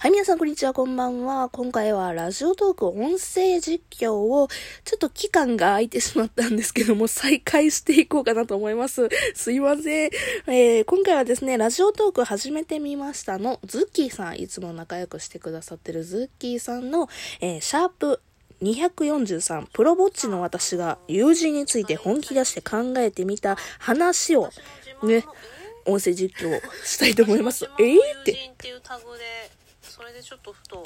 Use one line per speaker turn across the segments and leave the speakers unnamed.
はい、皆さん、こんにちは、こんばんは。今回は、ラジオトーク音声実況を、ちょっと期間が空いてしまったんですけども、 再開していこうかなと思います。すいません。えー、今回はですね、ラジオトーク始めてみましたの、ズッキーさん、いつも仲良くしてくださってるズッキーさんの、えー、シャープ243プロぼっちの私が友人について本気出して考えてみた話をね音声実況したいと思います
私。も
えー、って
友。人っていうタグでそれでちょっとふと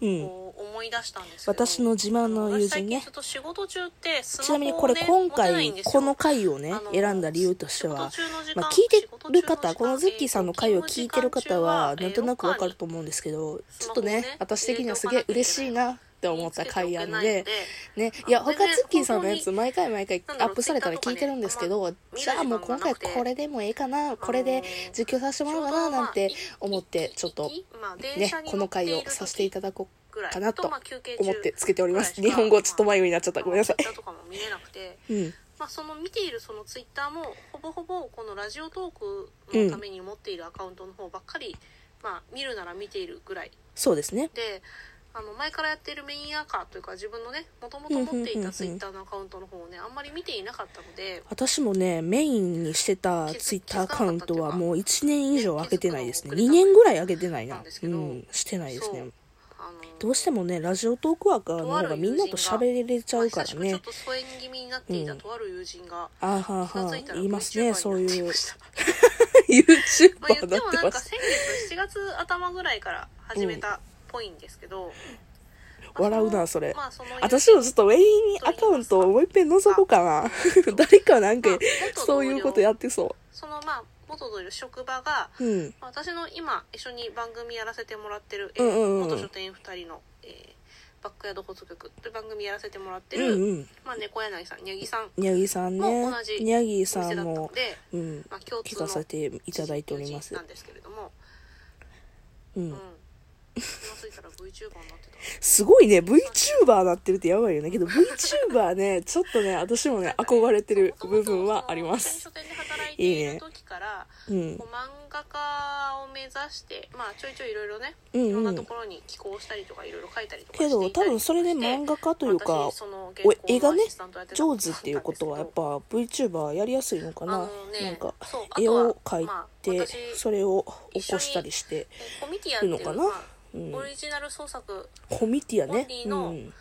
うん。
こう思い出したんですけど
私の自慢の友人ね
私最近ちょっと仕事中ってスマ
ちなみに
ホ
こ
をね
れ今
持てないん
回
ですよ
この回をね
あの
選んだ理由としては
仕事中の時間
まあ聞いて
仕事中
る
時間
方このズッキーさんの回を聞いてる方はなんとなくわかると思うんですけどちょっとね私的にはすげえ嬉しいなって思った回やんでねいや他ズッキーさんのやつ毎回毎回アップされたら聞いてるんですけどじゃあもう今回これでもええかなこれで実況させてもらおうかななんて思ってちょっとねこの回をさせていただこう
く
かなと思ってつけております日本語ちょっと迷子になっちゃったごめんなさい。
とかも見れなくて
うん
まあ、その見ているそのツイッターもほぼほぼこのラジオトークのために持っているアカウントの方ばっかり、まあ、見るなら見ているぐらい
そうですね
であの前からやってるメインアカというか自分のねもともと持っていたツイッターのアカウントの方をねあんまり見ていなかったので
私もねメインにしてたツイッターアカウントはもう1年以上開けてないですね2年ぐらい開けてないなうんしてないですね
あの
どうしてもねラジオトーク枠の方がみんなと喋れちゃうから
まあ久しぶりに
ね
ちょっと疎遠気味になっていた
うん
とある友人が、
あーは
気
ー
が
は
つい
ー
たら
言いますねそういう
VTuber になってました
YouTuber になって
まあ言ってもな ん
ま
か
す
先月7月頭ぐらいから始めたっぽいんですけど、まあ
笑うなそれ
まあその
私もちょっとメインアカウントをもう一遍覗こうかな誰かなんか
まあ元
そういうことやってそ
そのまあ元同僚職場が
ううん
まあ私の今一緒に番組やらせてもらってる、え
うんうんうん
元書店員2人の、えーバックヤード放送局という番組やらせてもらって
う
る、
んうん
まあ、猫柳さんにゃぎさんお
にゃぎさんね
もう同じ
にゃぎさ
店だ
ん
ったの
も
で、
うん
まあ、共
聞
通の
かせていただいております
友人なんですけれども、
う
うんん、気がついたら VTuber になってた
すごいね VTuber なってるってやばいよねけど VTuber ね ちょっとね私もね 憧れてる部分はあります
書店で働いている時から
うん
こう漫画家を目指して、まあ、ちょいちょいいろいろね
うんうん
いろんなところに寄稿したりとかいろいろ書いたりとかして
け
いたり
ど多分それで漫画家というか
私その原
お
稿
絵がね
のアシスタントやってたこ
上
と
手
も
っていうことはやっぱ VTuber やりやすいのか
あの
な
ね
なんか
そうあ
絵
とは
を描い
まあ
て
私
それを起こしたりして
コミティアっていう
いいのかな
まあ
うん
オリジナル創作、
コミティアね
オンリー
う
の
ん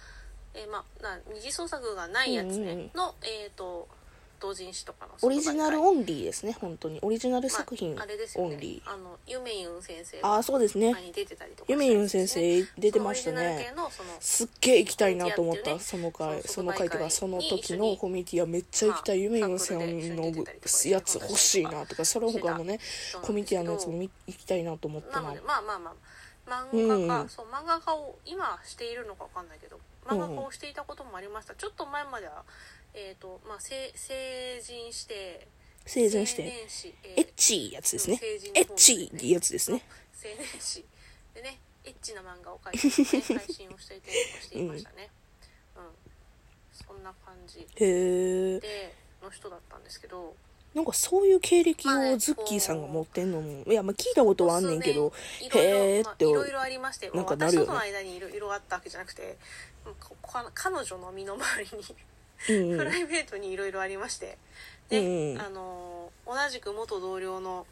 えーまあ、な二次創作がないやつね、
うんうん
の、えー、と同人誌とかの即売会
オリジナルオンリーですね本当にオリジナル作品
まあ、あれです
オ
よ
ン
ね
リー
あのゆめゆん先生
ああそうですね
に出てたりとかした
ゆめ
り
ゆん
ですね
先生出てました
そのオリジナル
ね
系のその
すっげえ行きたいなと思った、
コミティアっていう
そ
ね
の回
そ
そうの回とかそ
即
の
売会に
時のコミュニティはめっちゃ行きたい、
まあ
夢ゆめさん
サー
の
クルで一緒に出てたりとか
やつ欲しいなとかそれ他のね
そうなんですけど
コミュニティアのやつも見行きたいなと思った
な
な
のでまあまあまあ漫画家、
うん
そう漫画家を今しているのかわかんないけど漫画家をしていたこともありました、ちょっと前まではえっ、とまあ成成人して
成人し
青
て
年誌
エ
え
ッチいやつですね
成人
エ
の
ッ
方です
チ
ね
いってやつですね
青年誌でねエッチな漫画を描いて、 ね、配信をしていたりとかしていましたねうん、そんな感じ
へえ
での人だったんですけど
なんかそういう経歴
まあ
を
ね
ズッキーさんが持ってんのもいやまあ聞いたことはあんねんけど
いろいろ
へー
まあ
って
いろいろありまして
なんかなる
私
よね
との間にいろいろあったわけじゃなくてここ彼女の身の回りに
うんう
プ
ん
ライベートにいろいろありまして、
う
ね
ん
あのー同じく元同僚の、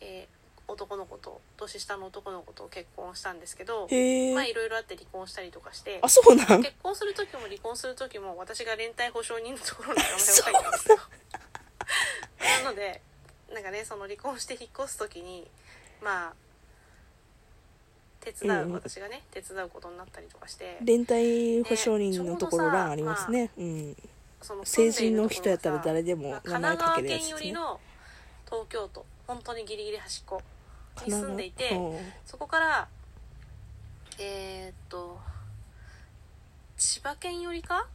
えー男の子と年下の男の子と結婚したんですけど、
へ
まあ
え
いろいろあって離婚したりとかして
あそうなん
結婚する時も離婚する時も私が連帯保証人のところに名前を書いて ますよなのでなんかねその離婚して引っ越す時にまあ手伝う、
うん
私がね手伝うことになったりとかして
連帯保証人のところ欄ありますね、うん
その
成人の人やったら誰で
で
も
も
名
神
前
奈
か
川
けるやつ
県
で
寄
す
り
ね
の東京都本当にギリギリ端っこに
神
住んでい
奈
て
川うん
そこからえーっと千葉県寄りか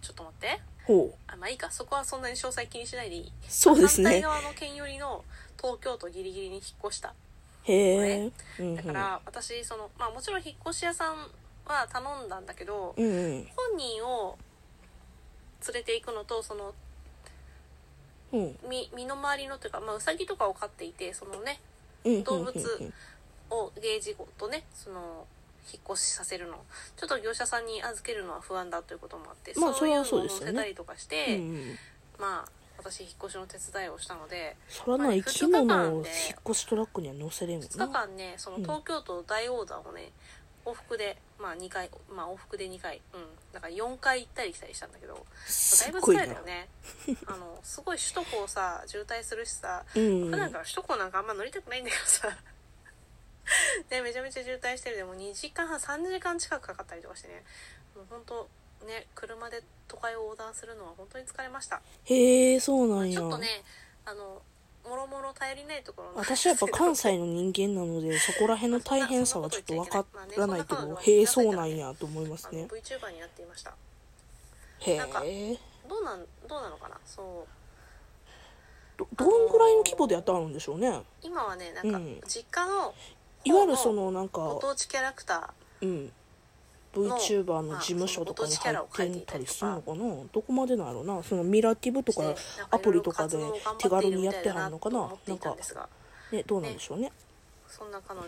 ちょっと待って
ほう
あまあいいかそこはそんなに詳細気にしないでいい
そうです
反対
ね
側の県寄りの東京都ギリギリに引っ越した
へえうん
だから私そのまあもちろん引っ越し屋さんは頼んだんだけど
うんうん
本人を連れて行くのとその
うん
身身の回りのというか、まあ、ウサギとかを飼っていてそのね
うん
動物をゲージごとねその引っ越しさせるのちょっと業者さんに預けるのは不安だということもあって、
まあ
そういうのを
それはそうで
載
すよね
せたりとかして、
うんうん、
まあ私引っ越しの手伝いをしたので
そらな生き物を引っ越しトラックには乗せれんもん
2日
な
間ねその
うん
東京都大王座をね往復でまあ2回まあ往復で2回うんだから4回行ったり来たりしたんだけどだ
す
い
っ
ぶ
ご
疲
い
れ
な
たよねあのすごい首都高さ渋滞するしさ
うん
普段から首都高なんかあんま乗りたくないんだけどさ でめちゃめちゃ渋滞してるでも2時間半3時間近くかかったりとかしてねもう本当ね車で都会を横断するのは本当に疲れました
へえそうなん
ち
や
ょっとねあのもろもろ頼りないところなんです
私はやっぱ関西の人間なの でそこら辺の大変さはちょっとわからないけどへえそうなんやと思います
あの
ね
VTuber になっていました
へ
なんか
え
どうなんどうなのかなそう
どどんぐらいの規模でやってあるんでしょうね
今はねなんか
うん
実家の
いわゆるそのなん
ご
か
当地キャラクタ
うん VTuber の事務所とかに入ってたりするのかなどこまでなんやろうなそのミラティブ
ー
とか
ね
アプリとかで
なんいろいろ
手
活動
軽
を頑張
に
い
や
る
ってはんのかなない
みた
ん
と思っていた
か
んですが
ねどうなんでしょうね
そんな彼女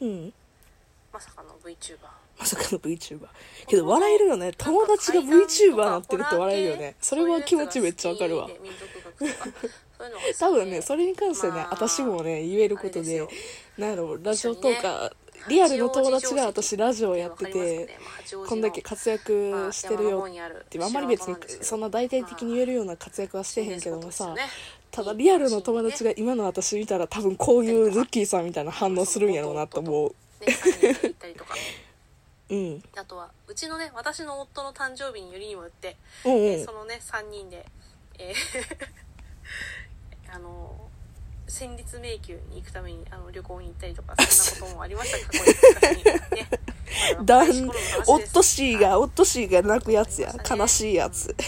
うん
まさかの VTuber
まさかの VTuber けど笑えるよね友達が VTuber なってるって笑えるよねそれは気持ちめっちゃわかるわ
そういうやつが好きで民族学とかそういうのが好きで
多分ねそれに関してね、
まあ
私もね言えること
あれ
で
ですよ
なんやろうラジオ
一緒
と
にね
か、リアルの友達が
八王子
私ラジオやって
わかり
て、
ますよねまあ八王子の
こんだけ活躍してるよって、
ま
あ、
あ
ん
山
まり
の
別
方
に
にある
そんな大々的に言えるような活躍はしてへんけどもさ、
そうですよね
ただリアルの友達が今の私見たら多分こういうルッキーさんみたいな反応するんやろうなと思う
ね三人で行ったりとか
うん
あとはうちのね私の夫の誕生日によりにも よって
うんう
えー
ん
そのね3人で、え ーあの戦慄迷宮に行くためにあの旅行に行ったりと かそんなこともありました過去にねまあ
だ
私
ん
頃の話です
おっとしーがおっとしーが泣くやつや悲しいやつ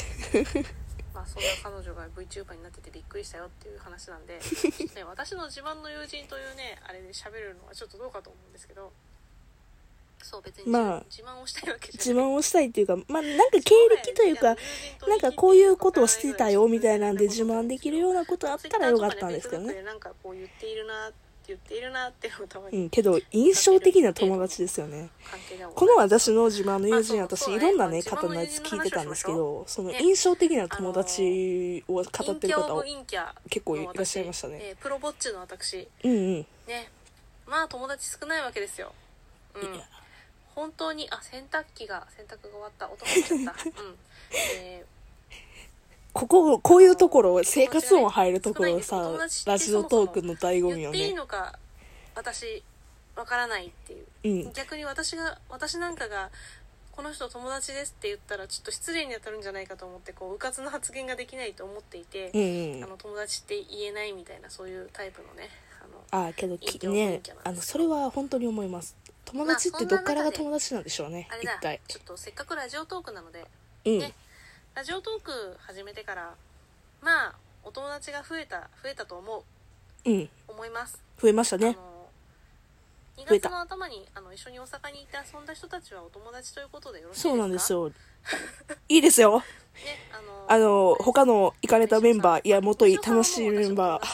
まあ、そんな彼女が VTuber になっててびっくりしたよっていう話な んで、ちょっとね、私の自慢の友人というねあれで喋るのはちょっとどうかと思うんですけどそう別に自,、
まあ
自慢をしたいわけじ
自
ゃない
慢をしたいっていうかまあなんか経歴というかなんかこういうことをしてたよみたいなんで自慢できるようなことあったらよかったんですけどね。
なんかこう言っているなって言っているなっていうのをたま
う
に
ん、けど印象的な友達ですよね。
関係ない
この私の自慢の友人、
まあそう
私
そう
いろんなね
自慢の
方のやつ聞いてたんですけど、その
ね
印象的な友達を語ってる方を、
陰キャ
結構いらっしゃいましたね
えープロぼっちの私
うんうん。
ねまあ友達少ないわけですようん
いや
本当にあ洗濯機が洗濯が終わった音がしちゃ ったうんえー
ここ、こういうところ、生活音入るところ
少ない
さ
んです、よ
ラジオトークの醍醐味
言
よ
っていい
ね。
のか私わからないっていう
うん。
逆に私が私なんかがこの人友達ですって言ったらちょっと失礼に当たるんじゃないかと思ってこううかつの発言ができないと思っていて、
うんう
あ
ん。
の友達って言えないみたいなそういうタイプのねあの
ああ、けど
いい
き、
と思う
ね
んじゃないです、か
あの、それは本当に思います。友達ってどっからが友達なんでしょうね
あ、れ
一
だ
体。
ちょっとせっかくラジオトークなので
うん。
ねラジオトーク始めてからまあお友達が増えた増えたと思う
うん。
思います、
増えました
あの
ね。増え
2月
た
の頭にあの一緒に大阪に行って遊んだ人たちはお友達ということでよろしいですか
そうなんです、よ。いいですよ。
ね、あの
あの、他の行かれたメンバー、いや、元い楽しいメンバー、
ー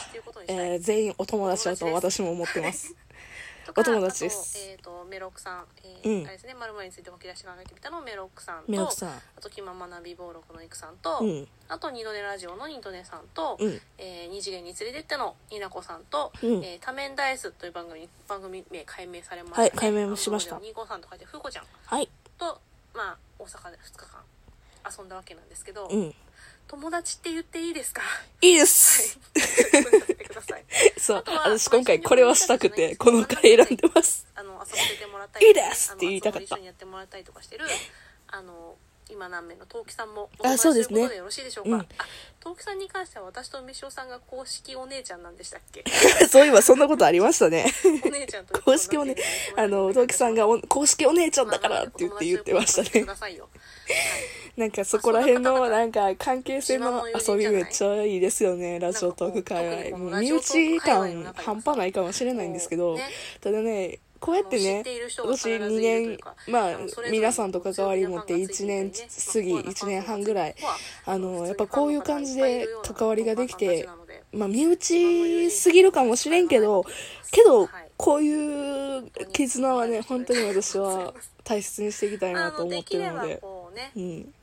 えー全員お友達だと私も思ってます。お友達です
えっ、とメロクさん、え
うん
ーあれですね、まるまるについてもき出し考えて みたのメロクさんと、
メロクさ
あとキママナビ暴録のいくさんと、
ん。うん。
あとニドネラジオのニドネさんと、
うん。
えー二次元に連れてってのニナコさんと、
うん
えー多面ダイスという番組番組名改名されました、
はい改名もしました
ニコさんと書いてフーコちゃん
はい。
とまあ大阪で2日間遊んだわけなんですけど、
うん。い
友達って言っていい ですか？
いです。
はい。させてください。
そう
あと。は
私今回これはしたくて、この回選んでます。
あの遊ばせてもらった
い
り
い
と
で
かね、
すって言いたかった
あの遊び一緒にやってもらったりとかしてるあの今何名のトウキさんもお
あそうですね
話しということでよろしいでしょうか。
うん
あ、トウキさんに関しては私と飯尾さんが公式お姉ちゃんなんでしたっけ？
そういえばそんなことありました ね。
お姉ちゃんということ
公
になって
式お
る
ね
で、
あの、同期さんがお公式お姉ちゃんだからって言って言ってましたね
く。ださいよ。
なんかそこら辺のなんか関係性の遊びめっちゃいいですよね、ラジオトーク界隈。もう身内感半端ないかもしれないんですけど、ただね、こうやってね、今年2年、まあ、皆さんと関わり持って1年過ぎ、1年半ぐらい、あの、やっぱこういう感じで関わりができて、まあ、身内すぎるかもしれんけど、けど、こういう絆はね、本当に私は大切にしていきたいな
あ
と
の
思
で
っ
き
て
れ
るの
ば
で。
こうね
うん。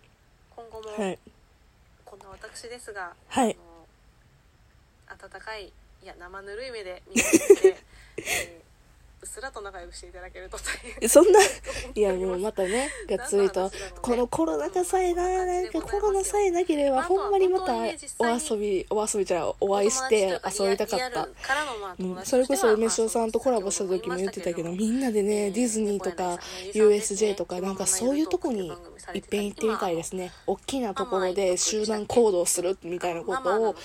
今後
は
も
い。
こんな私ですが、
はい
あの温かいいや生ぬるい目で見 守って、えーうっすらと仲良くしていただけると大変
そんな、いや、
思って
もう
おり
ま
ます
たね、がっつりと、このコロナ禍さえな、なんかコロナさえなければ、ほんまにまたお遊び、お遊びじゃないお会いして遊びたかっ
リア
た
ル。からのまあ
う
友
ん、
達
それこと
して
そ
は
梅塩さんとコラボした時も言ってたけど、みんなでね、ディズニーとか、USJ とか、なんかそういうとこにいっぺん行ってみたいですね。大きなところで集団行動するみたいなことを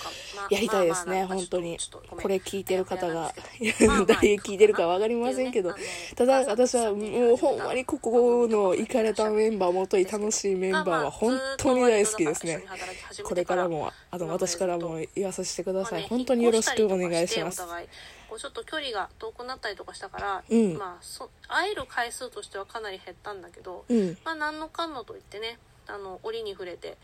やりたいですね、本当に。これ聞いてる方が、誰聞いてるかわかりませんけど、ただ私はもうほんまにここの行かれたメンバーもとい楽しいメンバーは本当に大好きですね。これからも、あの、私からも言わさせてください。本当によろしくお願いします
お。互いこうちょっと距離が遠くなったりとかしたから、
うん
まあそ会える回数としてはかなり減ったんだけど、
うん。
まあ何のかんのといってねあの折に触れて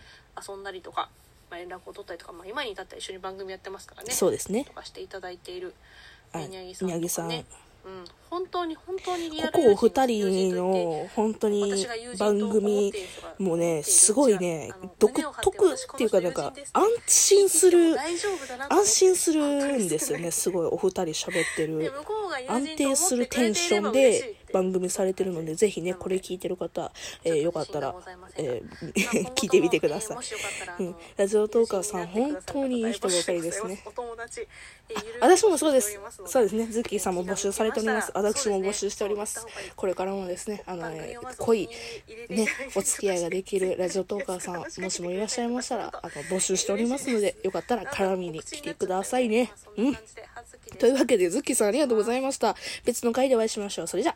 遊んだりとか、まあ、連絡を取ったりとか、まあ、今に至っては一緒に番組やってますからね
そうですね
と。かしていただいている
あ
宮城さんとか、ね、
宮城さん
うん、本当に本当にリア
こ
ル
こお
友
二
人
人
友人と言って
の本当に
私が友人と
番
思っ
組
ている人がいる
もね、
うち
すごいね
あの、
独
胸を張
特っていうかなんか安心する、安心するんですよね、す
い。
ごいお二人喋って
で
る。
向こうが友
安
人と
定
思っ
する
てく
テ
れ
ン
てい
シ
れ
ョ
ば
ン
嬉しい
で
って
番組されてるので、ぜひね、これ聞いてる方、えーよかったら、 えー聞いてみてください。
い
うんラジオトーカーさん本当にいい人ばかりですね。私もそうです。そうですね。ズッキーさんも募集されております。私も募集しております。これからもですね、あの、えー濃い、ね、お付き合いができるラジオトーカーさん、もしもいらっしゃいました ら、あの、募集しておりますので、よかったら絡みに来てくださいね。うん。というわけで、ズッキーさんありがとうございました。別の回でお会いしましょう。それじゃ。